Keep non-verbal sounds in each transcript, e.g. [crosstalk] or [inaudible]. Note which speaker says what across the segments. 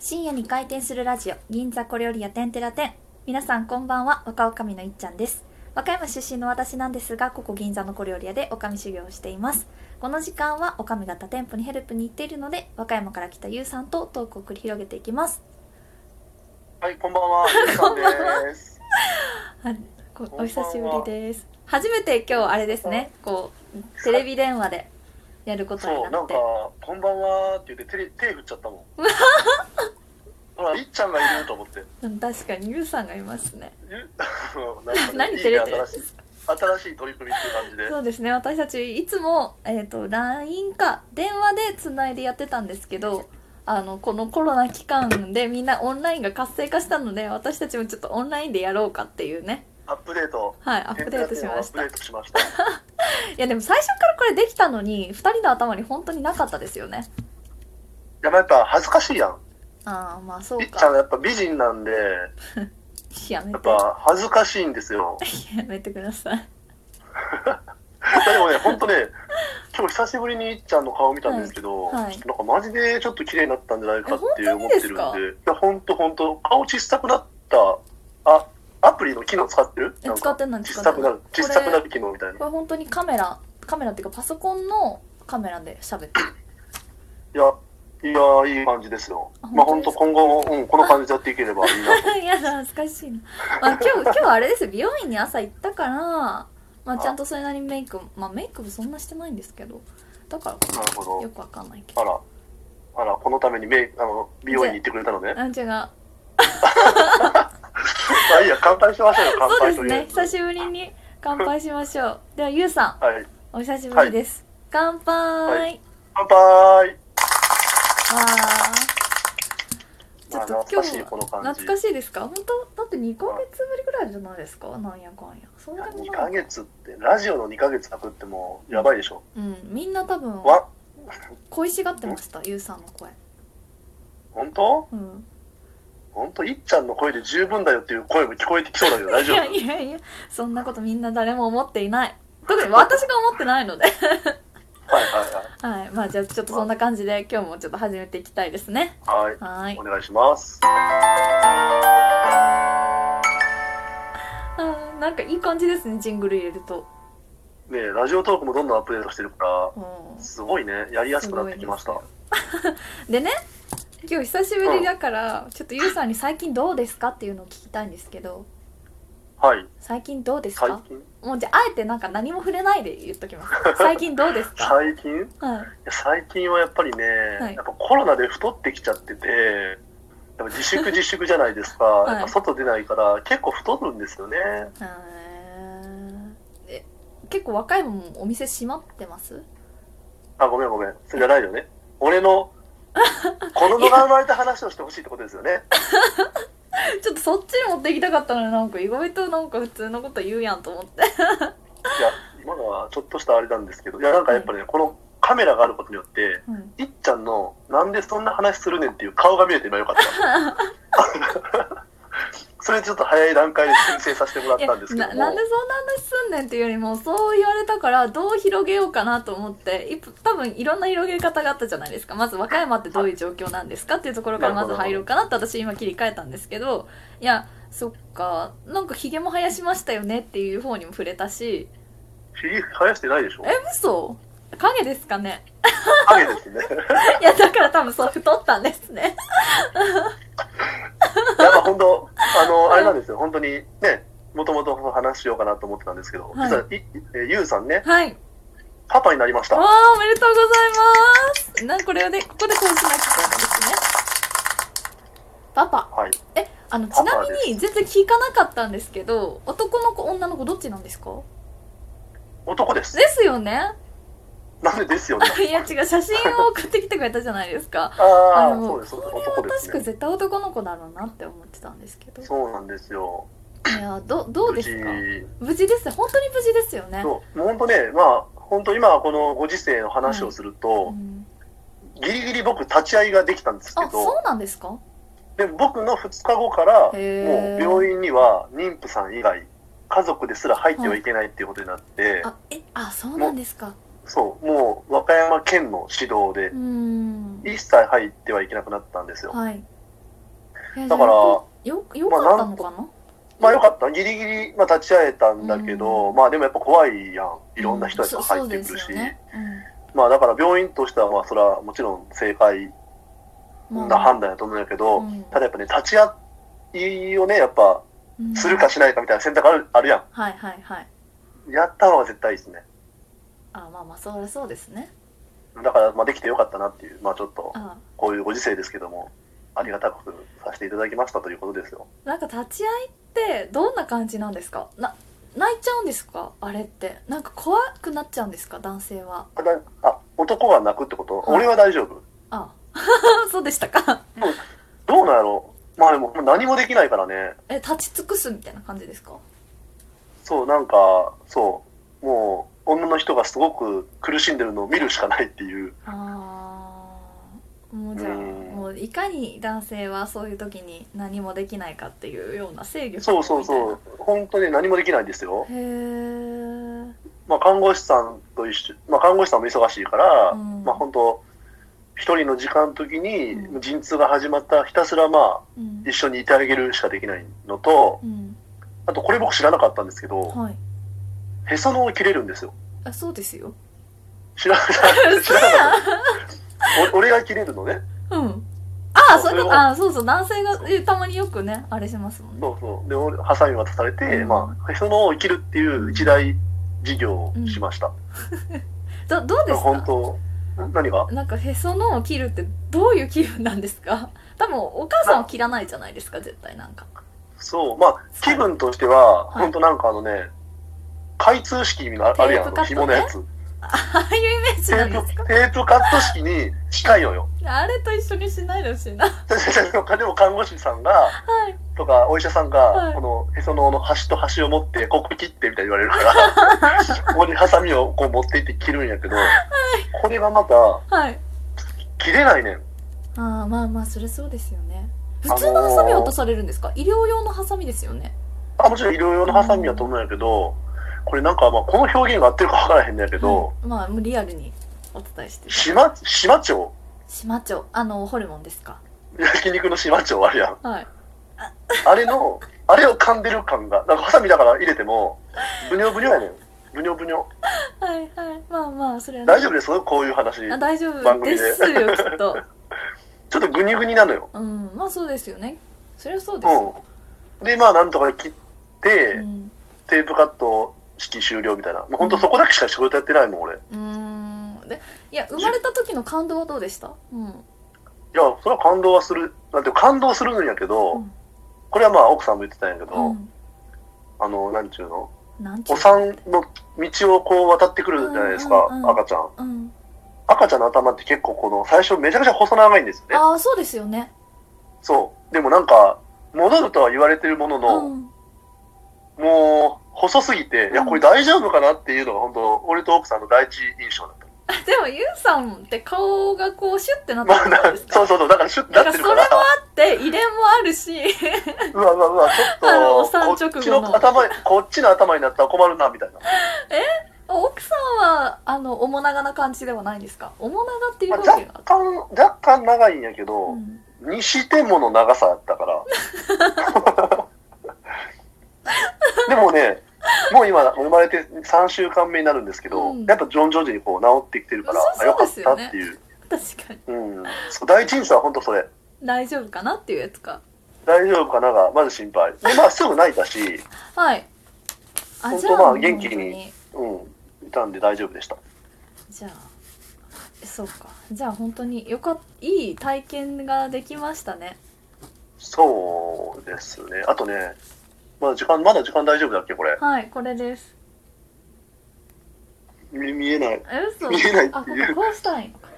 Speaker 1: 深夜に開店するラジオ銀座小料理屋天てら天皆さんこんばんは若女将のいっちゃんです和歌山出身の私なんですがここ銀座の小料理屋で女将修行をしていますこの時間は女将が他店舗にヘルプに行っているので和歌山から来たゆうさんとトークを繰り広げていきます
Speaker 2: はい、こんばんは。ゆうさ
Speaker 1: [laughs]
Speaker 2: んです。
Speaker 1: こ
Speaker 2: こんばん
Speaker 1: お
Speaker 2: は
Speaker 1: 久しぶりです初めて今日あれですねこうテレビ電話でやることに
Speaker 2: そう、
Speaker 1: な
Speaker 2: な
Speaker 1: っ
Speaker 2: ん
Speaker 1: て
Speaker 2: か、こんばんはって言って、手で、手振っちゃったも
Speaker 1: [laughs]
Speaker 2: ん。ほら、いっちゃんがいると思って。
Speaker 1: うん確かにゆうさんがいますね
Speaker 2: [laughs] ゆなんかね
Speaker 1: [laughs] 何
Speaker 2: いいね
Speaker 1: 照れてる
Speaker 2: 新しい、新しい取り組みっていう感じで。
Speaker 1: そうですね私たちいつも、えー、と LINE か電話でつないでやってたんですけどあのこのコロナ期間でみんなオンラインが活性化したので私たちもちょっとオンラインでやろうかっていうね
Speaker 2: アップデート。
Speaker 1: はいアップデートしまし
Speaker 2: ア
Speaker 1: た
Speaker 2: ッ
Speaker 1: い
Speaker 2: プデートしました。
Speaker 1: やでも最初からこれできたのに2人の頭に本当になかったですよね
Speaker 2: やっぱやっぱ恥ずかしいやん。
Speaker 1: ああまあそ
Speaker 2: いうっちゃ
Speaker 1: か
Speaker 2: んやっぱ美人なんで、
Speaker 1: やめ
Speaker 2: やってぱ恥ずかしいんですよ。
Speaker 1: やめてください
Speaker 2: でもね、ほん
Speaker 1: [laughs]
Speaker 2: とね、今日久しぶりにいっちゃんの顔見たんですけど、
Speaker 1: はいはい
Speaker 2: なんかマジでちょっと綺麗になったんじゃないかって
Speaker 1: え
Speaker 2: いう
Speaker 1: 本
Speaker 2: 思
Speaker 1: 当に
Speaker 2: って
Speaker 1: です
Speaker 2: るん
Speaker 1: か
Speaker 2: で、いや、ほんとほんと、顔小さくなった、あ、アプリの機能使ってる
Speaker 1: え
Speaker 2: なん
Speaker 1: 使っ
Speaker 2: か、
Speaker 1: てない使って
Speaker 2: 小さ
Speaker 1: ない
Speaker 2: くなる、小さくな
Speaker 1: こ
Speaker 2: る機能みたいな。い
Speaker 1: れこれ本当にカメラカメラっていうかパソコンのカメラで喋ってる
Speaker 2: や、いや、いい感じですよ。
Speaker 1: あ
Speaker 2: まあほ
Speaker 1: 本
Speaker 2: ん
Speaker 1: 当
Speaker 2: と
Speaker 1: です
Speaker 2: 今後も、うん、この感じでやっていければいいなと。
Speaker 1: [laughs] いやだ恥ずかしいな、まあ、今日今日はあれですよ美容院に朝行ったから、まあ、ちゃんとそれなりにメイクまあメイクもそんなしてないんですけどだからか [laughs]
Speaker 2: なるほ
Speaker 1: な
Speaker 2: ど
Speaker 1: よ。くわかんないけど
Speaker 2: あら、あら、このためにメイあの、美容院に行ってくれたのね。
Speaker 1: あ違う
Speaker 2: まあいいや、乾杯しましょうよ、乾
Speaker 1: そうです
Speaker 2: 杯という。
Speaker 1: ね久しぶりに乾杯しましょうではゆうさん
Speaker 2: はい。
Speaker 1: お久しぶりです、乾杯、
Speaker 2: は乾杯
Speaker 1: わーちょ
Speaker 2: ま
Speaker 1: っ
Speaker 2: あ
Speaker 1: と今
Speaker 2: 懐かし
Speaker 1: 日
Speaker 2: い、この感じ。
Speaker 1: 懐かしいですか本当だって2ヶ月ぶりぐらいじゃないですかなんやかんやそんなこと
Speaker 2: 2
Speaker 1: な
Speaker 2: ヶ
Speaker 1: い
Speaker 2: 月ってラジオの2ヶ月くってもうやばいでしょ、
Speaker 1: うんみんな多分
Speaker 2: わ
Speaker 1: 恋しがってましたゆうさんの声
Speaker 2: 本当
Speaker 1: うん
Speaker 2: 本当いっちゃんの声で十分だよっていう声も聞こえてきそうだけど大
Speaker 1: い
Speaker 2: 丈夫
Speaker 1: やいやいやそんなことみんな誰も思っていない特に私が思ってないので
Speaker 2: はいは
Speaker 1: はいまあじゃあちょっとそんな感じで今日もちょっと始めていきたいですね
Speaker 2: いはいはい
Speaker 1: はーい
Speaker 2: お願いします
Speaker 1: あーなんかいい感じですねジングル入れると
Speaker 2: ねえラジオトークもどんどんアップデートしてるか
Speaker 1: うん
Speaker 2: らすごいねやりやすくなってきました
Speaker 1: すごいでね今日久しぶりだからちょっとゆうさんに最近どうですかっていうのを聞きたいんですけど
Speaker 2: はい
Speaker 1: 最近どうです
Speaker 2: 最
Speaker 1: か
Speaker 2: 近
Speaker 1: もうじゃああえてなんか何も触れないで言っときます最近どうですか
Speaker 2: 最近いや
Speaker 1: はい
Speaker 2: 最近はやっぱりね、
Speaker 1: はい
Speaker 2: やっぱコロナで太ってきちゃっててやっぱ自粛自粛じゃないですか、
Speaker 1: い
Speaker 2: やっぱ外出ないから結構太るんですよね
Speaker 1: うーんえ結構若いもんお店閉まってます
Speaker 2: あ、ごめんごめん。それじゃないよね。
Speaker 1: [laughs]
Speaker 2: 俺の、子供が生まれた話をしてほしいってことですよね。
Speaker 1: ちょっとそっちに持っていきたかったのになんか意外となんか普通のこと言うやんと思って
Speaker 2: いや、今のはちょっとしたあれなんですけど、いや、なんかやっぱりね、このカメラがあることによって、いっちゃんの、なんでそんな話するねんっていう顔が見えて今よかった。
Speaker 1: [laughs]
Speaker 2: それちょっと早い段階で申請させてもらっ
Speaker 1: い
Speaker 2: たんですけど
Speaker 1: な
Speaker 2: も。
Speaker 1: なんでそんな話すんねんっていうよりもそう言われたからどう広げようかなと思ってい多分いろんな広げ方があったじゃないですかまず和歌山ってどういう状況なんですかっていうところからまず入ろうかなって私今切り替えたんですけどいやそっかなんかひげも生やしましたよねっていう方にも触れたし
Speaker 2: ひげ生やしてないでしょ
Speaker 1: え嘘影ですかね
Speaker 2: 影で
Speaker 1: [laughs]
Speaker 2: すね。
Speaker 1: いやだから多分そう太ったんですね
Speaker 2: やっぱ本当、あの、あれなんですよ。本当にね、もともと話しようかなと思ってたんですけど、
Speaker 1: はい
Speaker 2: 実は、いえーゆうさんね、
Speaker 1: はい
Speaker 2: パパになりました
Speaker 1: わ。あおめでとうございますなこれをねここでこうしなきゃいけないんですねパパ
Speaker 2: はい。
Speaker 1: えあのち
Speaker 2: パ
Speaker 1: な
Speaker 2: パです
Speaker 1: みに全然聞かなかったんですけど男の子女の子どっちなんですか
Speaker 2: 男です。
Speaker 1: ですよね
Speaker 2: [laughs] なんでですよね。
Speaker 1: いや違う写真を送ってきてくれたじゃないですか
Speaker 2: あ
Speaker 1: あ
Speaker 2: あ、
Speaker 1: の
Speaker 2: そうです、そうです
Speaker 1: これ
Speaker 2: 男で
Speaker 1: は
Speaker 2: す、
Speaker 1: 確か
Speaker 2: ね。
Speaker 1: 絶対男の子だろうなって思ってたんですけど
Speaker 2: そうなんですよ。
Speaker 1: いやどどうですか
Speaker 2: 無
Speaker 1: 無事ですね本当に無事ですよ
Speaker 2: 事
Speaker 1: ね
Speaker 2: そう、もう本当ね、まあ、本当今このご時世の話をする
Speaker 1: う
Speaker 2: と、
Speaker 1: ん
Speaker 2: ギリギリ僕立ち会いができたんですけ
Speaker 1: あそ
Speaker 2: ど、
Speaker 1: うなんですか
Speaker 2: でも僕の2日後から、もう
Speaker 1: へー
Speaker 2: 病院には妊婦さん以外、家族ですら入ってはいけないっていうことになって、
Speaker 1: あえあそうなんですか
Speaker 2: そう、もう和歌山県の指導で
Speaker 1: うーん
Speaker 2: 一切入ってはいけなくなったんですよ。
Speaker 1: はいいや
Speaker 2: だから
Speaker 1: よよかったのかな、
Speaker 2: まあよかった。ギリギリ、まあ立ち会えたんだけど、まあでもやっぱ怖いやん。いろんな人たちが入ってく
Speaker 1: うん
Speaker 2: る
Speaker 1: そ
Speaker 2: し。
Speaker 1: そうですよね
Speaker 2: まあだから病院としては、まあそれはもちろん正解
Speaker 1: うんまあ
Speaker 2: な判断やと思うんやけど、
Speaker 1: うん
Speaker 2: ただやっぱね、立ち会いをね、やっぱ
Speaker 1: うん
Speaker 2: するかしないかみたいな選択あるあるや
Speaker 1: はいはいはい
Speaker 2: ん。やったのは絶対いいですね。
Speaker 1: あまあまあそりゃそうですね
Speaker 2: だから、まあできてよかったなっていう、まあちょっと、
Speaker 1: あ
Speaker 2: こういうご時世ですけども、ありがたくさせていただきましたということですよ。
Speaker 1: なんか立ち会いってどんな感じなんですかな泣いちゃうんですかあれってなんか怖くなっちゃうんですか男性は
Speaker 2: ただあ、男が泣くってこと、
Speaker 1: はい
Speaker 2: 俺は大丈夫。
Speaker 1: あ [laughs] そうでしたか
Speaker 2: どうなんやろうまあでも、もう何もできないからね。
Speaker 1: え立ち尽くすみたいな感じですか
Speaker 2: そう、なんか、そう、もう、女の人がすごく苦しんでるのを見るしかないっていう。
Speaker 1: ああもうじゃあ
Speaker 2: うん
Speaker 1: もういかに男性はそういう時に何もできないかっていうような制御
Speaker 2: そうそうそう。本当に何もできないんですよ
Speaker 1: う。へえ
Speaker 2: まあ、看護師さんと一緒、まあ、看護師さんも忙しいから、
Speaker 1: うん
Speaker 2: まあ、本当一人の時間の時に
Speaker 1: う、ん
Speaker 2: 陣痛が始まったらひたすらまあ、
Speaker 1: うん
Speaker 2: 一緒にいてあげるしかできないのと、
Speaker 1: うん
Speaker 2: あとこれ僕知らなかったんですけど、
Speaker 1: はい
Speaker 2: へその緒切れるんですよ。
Speaker 1: あそうですよ
Speaker 2: 知らなかった。知らなかった。お [laughs] 俺が切れるのね。
Speaker 1: うんああ
Speaker 2: そ
Speaker 1: そうういうこ
Speaker 2: それを
Speaker 1: とあーそうそう男性がえたまによくねあれしますもんね
Speaker 2: そうそう。で、俺、ハサミ渡されて、
Speaker 1: うん
Speaker 2: まあ、へその緒を切るっていう一大事業をしました。
Speaker 1: どどうですか
Speaker 2: 本当、ん何が
Speaker 1: なんかへその緒を切るってどういう気分なんですか [laughs] 多分お母さんは切らないじゃないですか絶対なんか
Speaker 2: そう、まあ、気分としては、
Speaker 1: はい
Speaker 2: 本当なんかあのね、開通式みたいなのあるやん、
Speaker 1: テープカットね
Speaker 2: 紐のやつ。
Speaker 1: ああいうイメージ
Speaker 2: テ
Speaker 1: なん
Speaker 2: ー
Speaker 1: です
Speaker 2: プ
Speaker 1: か、
Speaker 2: テープカット式に近い
Speaker 1: [laughs]
Speaker 2: のよ。
Speaker 1: あれと一緒にしないでほしいな [laughs] は
Speaker 2: でも看護師さんが、
Speaker 1: い
Speaker 2: とか、お医者さんが、
Speaker 1: はい
Speaker 2: このへその緒の端と端を持って、ここ切ってみたいに言われ
Speaker 1: [laughs]
Speaker 2: るから、ここにハサミをこう持っていって切るんやけど、これがまた、
Speaker 1: はい
Speaker 2: 切れないねん。
Speaker 1: ああまあまあそれそうですよね
Speaker 2: あのー
Speaker 1: 普通のハサミ渡されるんですか、医療用のハサミですよね
Speaker 2: あ、もちろん医療用のハサミやと思うんやけど、これなんか、まあ、この表現が合ってるかわからへんねんやけ
Speaker 1: は
Speaker 2: ど、
Speaker 1: いまあもうリアルにお伝えしていただいて
Speaker 2: 島、島町
Speaker 1: 島町あのホルモンですか
Speaker 2: 焼肉の島町あるやん。
Speaker 1: はい
Speaker 2: あれの、あれを噛んでる感が、なんかハサミだから入れても、ぶにょぶにょやねん。ぶにょぶにょ。
Speaker 1: はいはいまあまあそれはね
Speaker 2: 大丈夫ですこういう話。
Speaker 1: あ大丈
Speaker 2: 番
Speaker 1: 夫
Speaker 2: 組
Speaker 1: で
Speaker 2: です
Speaker 1: よきっと
Speaker 2: ちょっとぐにゅぐになのよ。
Speaker 1: うんまあそうですよねそれはそうですよ、
Speaker 2: うん。で、まあ、なんとか切って、
Speaker 1: うん
Speaker 2: テープカット式終了みたいな。もうほんとそこだけしか仕事やってないもん、俺。いう
Speaker 1: ーんでいや生まれた時の感動はどうでしたうん
Speaker 2: や、それは感動はする。なんていうか感動するんやけど、
Speaker 1: うん
Speaker 2: これはまあ、奥さんも言ってたんやけど、
Speaker 1: うん
Speaker 2: あの、なんちゅうの
Speaker 1: なんていう
Speaker 2: お
Speaker 1: の
Speaker 2: 産の道をこう渡ってくるじゃないですか、
Speaker 1: うんうんうん
Speaker 2: 赤ちゃん。
Speaker 1: うん
Speaker 2: 赤ちゃんの頭って結構この、最初めちゃくちゃ細長いんですよね。
Speaker 1: ああそうですよね
Speaker 2: そう。でもなんか、戻るとは言われてるもの
Speaker 1: う
Speaker 2: の、
Speaker 1: ん [laughs]
Speaker 2: もう、細すぎて、いや、これ大丈夫かなっていうのが、本当俺と奥さんの第一印象だった。
Speaker 1: でもゆうさんって顔がこうシュッてなって
Speaker 2: ま
Speaker 1: るじ
Speaker 2: あ、
Speaker 1: ゃない
Speaker 2: な
Speaker 1: ですか
Speaker 2: そうそうそう、だからシュッてなってるか
Speaker 1: だ
Speaker 2: ら、
Speaker 1: って遺伝もあるし [laughs]
Speaker 2: うわうわうわ、
Speaker 1: あのお
Speaker 2: ち
Speaker 1: 産
Speaker 2: ょっ
Speaker 1: 直後の
Speaker 2: と、こっちの頭、こっちの頭になったら困るな、みたいな。
Speaker 1: 奥さんはあの面長な感じではないんですか面長っていう
Speaker 2: まあ、
Speaker 1: 表現
Speaker 2: 若
Speaker 1: があった、
Speaker 2: 干、若干長いんやけど、
Speaker 1: うん
Speaker 2: にしてもの長さやったから。 [laughs] でもね、もう今、生まれて3週間目になるんですけど、
Speaker 1: うん
Speaker 2: やっぱ徐々にこう治ってきてるから、
Speaker 1: そう
Speaker 2: あよか
Speaker 1: そう
Speaker 2: っ
Speaker 1: ですよ
Speaker 2: た
Speaker 1: ね
Speaker 2: っていう。
Speaker 1: 確かに
Speaker 2: うん。そう第一印象は本当それ。
Speaker 1: 大丈夫かなっていうやつか
Speaker 2: 大丈夫かなが、まず心配。で、まあ、すぐ泣いたし、
Speaker 1: はい
Speaker 2: ほんと
Speaker 1: じゃ
Speaker 2: まあ
Speaker 1: もう
Speaker 2: 元気に
Speaker 1: 本当
Speaker 2: うん、いたんで大丈夫でした。
Speaker 1: じゃあそうかじゃあ本当によかっいい体験ができましたね
Speaker 2: そうですね。あとね、まだ時間、まだ時間大丈夫だっけこれ。
Speaker 1: はいこれです
Speaker 2: 見見えない。う
Speaker 1: え
Speaker 2: [laughs]
Speaker 1: 嘘
Speaker 2: 見えないっていう
Speaker 1: あこここうしたいのか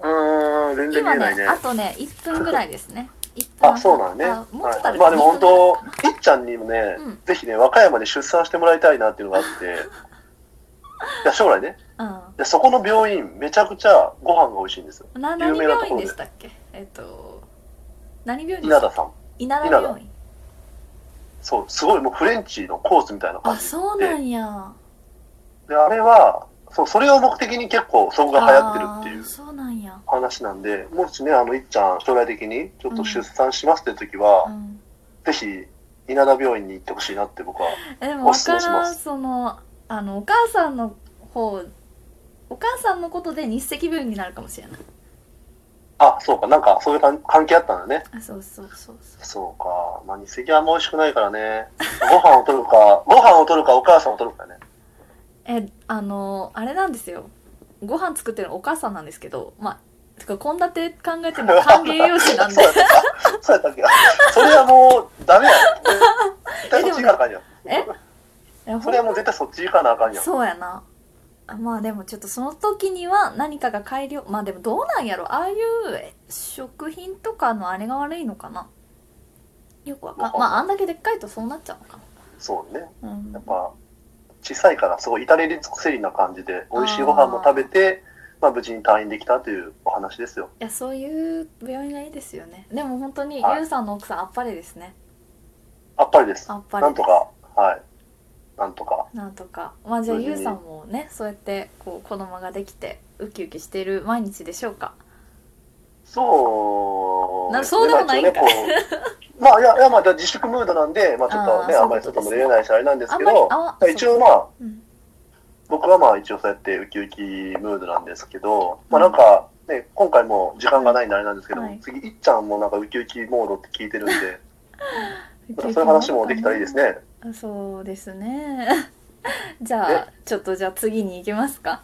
Speaker 2: ーん、全然見
Speaker 1: 今
Speaker 2: えない
Speaker 1: ね
Speaker 2: ね。
Speaker 1: あとね1分ぐらいですね1分
Speaker 2: あ、そうなんね。
Speaker 1: あもうちょっと
Speaker 2: は
Speaker 1: る
Speaker 2: い、まあでも本
Speaker 1: 二分ぐらいかな
Speaker 2: 当、いっちゃんにもね、 [laughs]
Speaker 1: うん
Speaker 2: ぜひね、和歌山で出産してもらいたいなっていうのがあって、いや将来ね、
Speaker 1: う
Speaker 2: でそこの病院、めちゃくちゃご飯が美味しいんですよ。
Speaker 1: ん、な
Speaker 2: 有
Speaker 1: 何
Speaker 2: 名なとこ
Speaker 1: 病院
Speaker 2: ろで
Speaker 1: でしたっけえっと何病院で
Speaker 2: 稲
Speaker 1: した
Speaker 2: 田さん。
Speaker 1: 稲田
Speaker 2: 稲田
Speaker 1: 病院
Speaker 2: そう、すごいもうフレンチのコースみたいな感
Speaker 1: あ
Speaker 2: じ。
Speaker 1: そうなんや
Speaker 2: で、あれは、そう、それを目的に結構、そこが流行ってるってい
Speaker 1: あ
Speaker 2: う
Speaker 1: ーそうなんや。
Speaker 2: 話なんで、もしね、あの、いっちゃん、将来的に、ちょっと出産しますって時は、
Speaker 1: うん、
Speaker 2: ぜひ、稲田病院に行ってほしいなって僕は。
Speaker 1: えでも
Speaker 2: お
Speaker 1: わ
Speaker 2: すすめ
Speaker 1: か
Speaker 2: し
Speaker 1: ら
Speaker 2: ま
Speaker 1: ん
Speaker 2: す
Speaker 1: そのあのお母さんの方お母さんのことで日赤分になるかもしれない
Speaker 2: あ、そうか、なんか、そういうかん関係あったんだね。
Speaker 1: あそうそうそうそ
Speaker 2: そうか。まあ、日赤あんま美味しくないからね。ご飯を取るか、 [laughs] ご飯を取るか、お母さんを取るかね。
Speaker 1: うえあのあれなんですよご飯作ってるのお母さんなんですけどまあてか献立考えても管理栄養士なんで
Speaker 2: [laughs] そうやったっけそうやったっけあそれはもう、ダメ
Speaker 1: [laughs]
Speaker 2: やろ。絶対そっち行かなあかんやん。
Speaker 1: ええ
Speaker 2: それはもう絶対そっち行かなあかんやん。
Speaker 1: そうやなあまあでもちょっとその時には何かが改良まあでもどうなんやろああいう食品とかのあれが悪いのかなよくわかんまああんだけでっかいとそうなっちゃうのか
Speaker 2: そうね。
Speaker 1: な、うん
Speaker 2: やっぱ、小さいから、すごい至れり尽くせりな感じで、美味しいご飯も食べて、まあ、無事に退院できたというお話ですよ。
Speaker 1: いやそういう病院がいいですよねでも本当に
Speaker 2: はい
Speaker 1: ゆうさんの奥さんあっぱれですね
Speaker 2: あっぱれです。
Speaker 1: あっぱれ
Speaker 2: な
Speaker 1: です
Speaker 2: んとか、はい。なんとか。
Speaker 1: なんとかまあじゃあ
Speaker 2: 無事に
Speaker 1: ゆうさんもねそうやってこう子供ができてウキウキしている毎日でしょうか
Speaker 2: そう、
Speaker 1: なそうでもないんか
Speaker 2: まあ一応ねこ
Speaker 1: [laughs]
Speaker 2: うまあ、いや、いや、まあ、自粛ムードなんで、まあ、ちょっとね、
Speaker 1: あー
Speaker 2: あんまり外も出れないし、あれなんです
Speaker 1: あん
Speaker 2: け
Speaker 1: まり
Speaker 2: ど、
Speaker 1: あ
Speaker 2: ま
Speaker 1: わ
Speaker 2: あ一応まあ、
Speaker 1: うん
Speaker 2: 僕はまあ、一応そうやってウキウキムードなんですけど、まあ、なんか、ね、今回も時間がないんであれなんですけど、
Speaker 1: はい
Speaker 2: 次、いっちゃんもなんかウキウキモードって聞いてるんで、
Speaker 1: [laughs] ウキウキ
Speaker 2: またそういう話もできたらいいですね。
Speaker 1: そうですね [laughs] じゃあちょっとじゃあ次に行きますか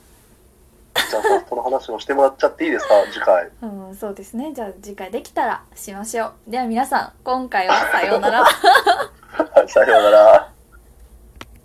Speaker 2: じゃあ、その話もしてもらっちゃっていいですか、次回。 [laughs]
Speaker 1: うんそうですねじゃあ次回できたらしましょうでは皆さん今回はさようなら
Speaker 2: はいさようなら。